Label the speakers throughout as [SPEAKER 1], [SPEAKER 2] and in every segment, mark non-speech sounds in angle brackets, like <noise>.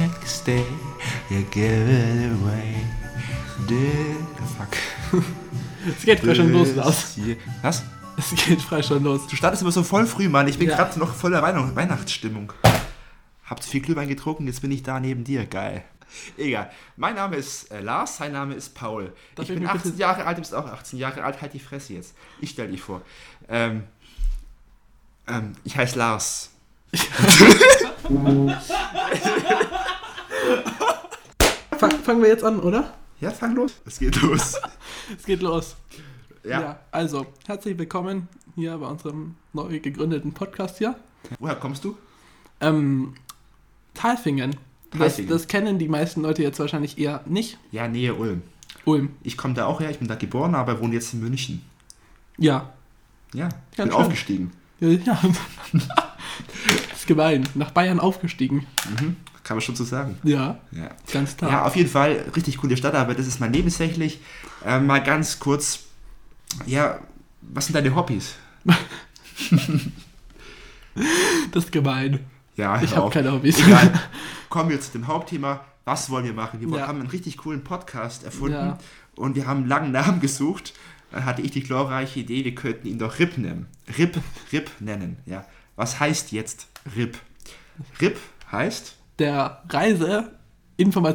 [SPEAKER 1] next day you give it away. Did, fuck.
[SPEAKER 2] Es geht frei schon los, Lars.
[SPEAKER 1] This year- Was?
[SPEAKER 2] Es geht frei schon los.
[SPEAKER 1] Du startest immer so voll früh, Mann. Ich bin
[SPEAKER 2] Ja.
[SPEAKER 1] gerade noch voller Weihnacht Weihnachtsstimmung. Hab zu viel Glühwein getrunken, jetzt bin ich da neben dir. Geil. Egal. Mein Name ist äh, Lars, sein Name ist Paul.
[SPEAKER 2] Darf
[SPEAKER 1] ich
[SPEAKER 2] ich
[SPEAKER 1] bin
[SPEAKER 2] mich bitte-
[SPEAKER 1] 18 Jahre alt, du bist auch 18 Jahre alt. Halt die Fresse jetzt. Ich stell dich vor. Ähm, ähm, ich heiße Lars.
[SPEAKER 2] Fang, fangen wir jetzt an, oder?
[SPEAKER 1] Ja, fang los. Es geht
[SPEAKER 2] <laughs>
[SPEAKER 1] los.
[SPEAKER 2] Es geht los.
[SPEAKER 1] Ja.
[SPEAKER 2] Also, herzlich willkommen hier bei unserem neu gegründeten Podcast hier.
[SPEAKER 1] Woher kommst du?
[SPEAKER 2] Ähm, Talfingen. Das,
[SPEAKER 1] Talfingen.
[SPEAKER 2] das kennen die meisten Leute jetzt wahrscheinlich eher nicht.
[SPEAKER 1] Ja, Nähe Ulm.
[SPEAKER 2] Ulm.
[SPEAKER 1] Ich komme da auch her, ich bin da geboren, aber wohne jetzt in München.
[SPEAKER 2] Ja.
[SPEAKER 1] Ja, ich bin
[SPEAKER 2] schön.
[SPEAKER 1] aufgestiegen.
[SPEAKER 2] Ja. ja. <laughs> ist gemein. Nach Bayern aufgestiegen.
[SPEAKER 1] Mhm. Kann man schon so sagen.
[SPEAKER 2] Ja,
[SPEAKER 1] Ja.
[SPEAKER 2] ganz klar.
[SPEAKER 1] Ja, auf jeden Fall richtig coole Stadt, aber das ist mein nebensächlich. Äh, mal ganz kurz, ja, was sind deine Hobbys?
[SPEAKER 2] Das ist gemein.
[SPEAKER 1] Ja,
[SPEAKER 2] Ich
[SPEAKER 1] hör
[SPEAKER 2] habe
[SPEAKER 1] auf.
[SPEAKER 2] keine Hobbys.
[SPEAKER 1] Egal.
[SPEAKER 2] <laughs>
[SPEAKER 1] Kommen wir zu dem Hauptthema. Was wollen wir machen? Wir
[SPEAKER 2] Ja.
[SPEAKER 1] haben einen richtig coolen Podcast erfunden
[SPEAKER 2] Ja.
[SPEAKER 1] und wir haben einen langen Namen <laughs> gesucht. Dann hatte ich die glorreiche Idee, wir könnten ihn doch RIP nennen. RIP, RIP nennen, ja. Was heißt jetzt RIP? RIP heißt
[SPEAKER 2] Der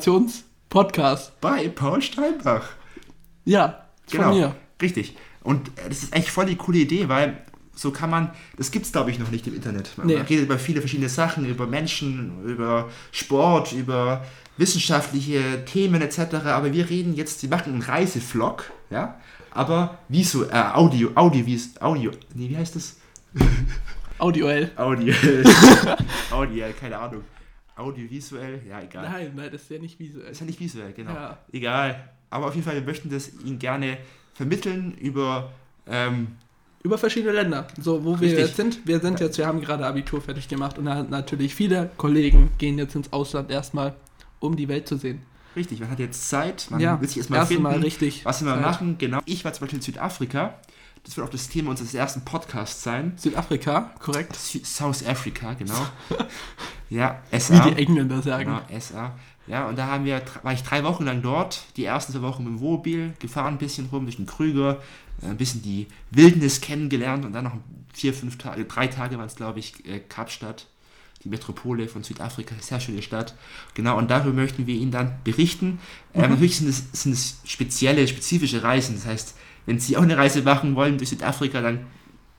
[SPEAKER 2] Reise-Informations-Podcast.
[SPEAKER 1] bei Paul Steinbach.
[SPEAKER 2] Ja,
[SPEAKER 1] Genau,
[SPEAKER 2] von mir.
[SPEAKER 1] richtig. Und äh, das ist echt voll die coole Idee, weil so kann man, das gibt es glaube ich noch nicht im Internet. Man
[SPEAKER 2] Nee.
[SPEAKER 1] redet über viele verschiedene Sachen, über Menschen, über Sport, über wissenschaftliche Themen etc. Aber wir reden jetzt, wir machen einen Reisevlog, ja, aber wie so, äh, Audio, Audio, wie ist, Audio, nee, wie heißt das?
[SPEAKER 2] Audioell. <laughs>
[SPEAKER 1] Audio, Audio, keine Ahnung. Audiovisuell, ja, egal.
[SPEAKER 2] Nein, nein, das ist ja nicht visuell.
[SPEAKER 1] Ist ja nicht visuell, genau.
[SPEAKER 2] Ja.
[SPEAKER 1] Egal. Aber auf jeden Fall, wir möchten das Ihnen gerne vermitteln über. Ähm,
[SPEAKER 2] Über verschiedene Länder. So, wo wir
[SPEAKER 1] Richtig.
[SPEAKER 2] jetzt sind. Wir sind jetzt, wir haben gerade Abitur fertig gemacht und da- natürlich viele Kollegen gehen jetzt ins Ausland erstmal, um die Welt zu sehen.
[SPEAKER 1] richtig, man hat jetzt Zeit, man
[SPEAKER 2] ja,
[SPEAKER 1] will sich erstmal
[SPEAKER 2] erst
[SPEAKER 1] finden,
[SPEAKER 2] mal richtig.
[SPEAKER 1] was wir mal
[SPEAKER 2] Zeit.
[SPEAKER 1] machen. Genau. Ich war zum Beispiel in Südafrika. Das wird auch das Thema unseres ersten Podcasts sein.
[SPEAKER 2] Südafrika, korrekt?
[SPEAKER 1] Sü- South Africa,
[SPEAKER 2] <laughs>
[SPEAKER 1] genau. ja,
[SPEAKER 2] Wie
[SPEAKER 1] SA.
[SPEAKER 2] die Engländer sagen.
[SPEAKER 1] Genau, SA. Ja, und da haben wir, war ich drei Wochen lang dort, die ersten zwei Wochen mit dem Wohnmobil, gefahren ein bisschen rum durch den Krüger, äh, ein bisschen die Wildnis kennengelernt und dann noch vier, fünf Tage, drei Tage waren es, glaube ich, äh, Kapstadt, die Metropole von Südafrika, sehr schöne Stadt. Genau, und darüber möchten wir Ihnen dann berichten.
[SPEAKER 2] Mhm.
[SPEAKER 1] Ähm, Natürlich sind es, sind es spezielle, spezifische Reisen. Das heißt, wenn Sie auch eine Reise machen wollen durch Südafrika, dann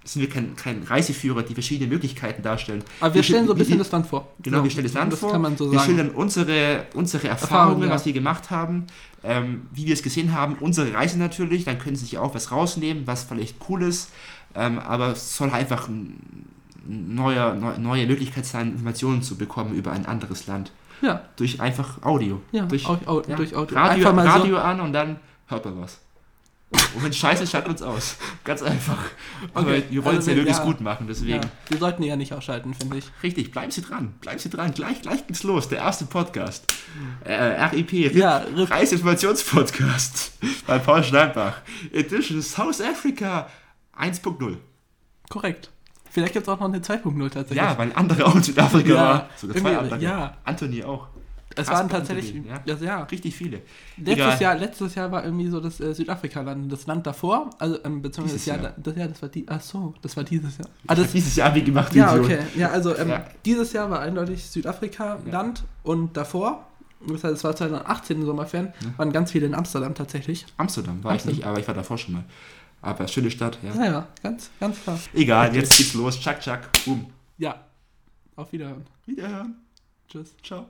[SPEAKER 1] sind wir kein, kein Reiseführer, die verschiedene Möglichkeiten darstellen.
[SPEAKER 2] Aber wir stellen so ein
[SPEAKER 1] wir-
[SPEAKER 2] bisschen das Land vor.
[SPEAKER 1] Genau, wir stellen das Land
[SPEAKER 2] das
[SPEAKER 1] vor.
[SPEAKER 2] kann man so
[SPEAKER 1] wir
[SPEAKER 2] sagen.
[SPEAKER 1] schildern unsere, unsere Erfahrungen,
[SPEAKER 2] Erfahrungen, ja.
[SPEAKER 1] was wir gemacht haben, ähm, wie wir es gesehen haben, unsere Reise natürlich. Dann können Sie sich auch was rausnehmen, was vielleicht cool ist. Ähm, aber es soll einfach ein ein neuer, neu, neue Möglichkeit sein, Informationen zu bekommen über ein anderes Land.
[SPEAKER 2] Ja,
[SPEAKER 1] Durch einfach Audio.
[SPEAKER 2] ja,
[SPEAKER 1] durch,
[SPEAKER 2] au, au,
[SPEAKER 1] ja,
[SPEAKER 2] durch Audio.
[SPEAKER 1] Radio,
[SPEAKER 2] Einfach mal
[SPEAKER 1] Radio an und dann hört man was. Und wenn scheiße, schalten wir uns aus. Ganz einfach. Aber
[SPEAKER 2] Okay,
[SPEAKER 1] wir wollen es
[SPEAKER 2] also
[SPEAKER 1] ja
[SPEAKER 2] wir-
[SPEAKER 1] möglichst
[SPEAKER 2] ja.
[SPEAKER 1] gut machen,
[SPEAKER 2] so.
[SPEAKER 1] deswegen.
[SPEAKER 2] Ja, wir sollten die ja nicht ausschalten, finde ich.
[SPEAKER 1] Richtig, bleiben Sie dran, bleiben Sie dran, gleich, gleich geht's los, der erste Podcast. Äh, RIP,
[SPEAKER 2] Ja, RIP.
[SPEAKER 1] Reisinformationspodcast <laughs> bei Paul Steinbach. Edition South Africa 1.0.
[SPEAKER 2] Korrekt. Vielleicht gibt es auch noch eine 2.0 tatsächlich.
[SPEAKER 1] Ja, weil andere auch in Südafrika
[SPEAKER 2] Ja,
[SPEAKER 1] waren. Sogar zwei
[SPEAKER 2] irgendwie,
[SPEAKER 1] andere.
[SPEAKER 2] ja.
[SPEAKER 1] Anthony auch.
[SPEAKER 2] es
[SPEAKER 1] Kasper
[SPEAKER 2] waren tatsächlich.
[SPEAKER 1] Anthony, ja.
[SPEAKER 2] Ja. Also, ja.
[SPEAKER 1] Richtig viele.
[SPEAKER 2] Letztes
[SPEAKER 1] Egal.
[SPEAKER 2] Jahr, letztes Jahr war irgendwie so das äh, Südafrika-Land, das Land davor, also ähm, beziehungsweise
[SPEAKER 1] Dieses
[SPEAKER 2] das Jahr,
[SPEAKER 1] Jahr.
[SPEAKER 2] da- das Jahr, das war die, ach so, das war dieses Jahr. Ah, das,
[SPEAKER 1] Dieses Jahr wie gemacht,
[SPEAKER 2] ja,
[SPEAKER 1] Idiot.
[SPEAKER 2] okay, ja, also ähm,
[SPEAKER 1] Ja.
[SPEAKER 2] dieses Jahr war eindeutig Südafrika-Land und davor, das heißt, es war 2018 im Sommerferien, waren ganz viele in Amsterdam tatsächlich.
[SPEAKER 1] Amsterdam war ich nicht, aber ich war davor schon mal. Aber schöne Stadt, ja.
[SPEAKER 2] Ja, ja, ganz, ganz klar.
[SPEAKER 1] Egal, jetzt geht's los. Tschak, tschak, boom.
[SPEAKER 2] Ja, auf Wiederhören.
[SPEAKER 1] Wiederhören.
[SPEAKER 2] Tschüss.
[SPEAKER 1] Ciao.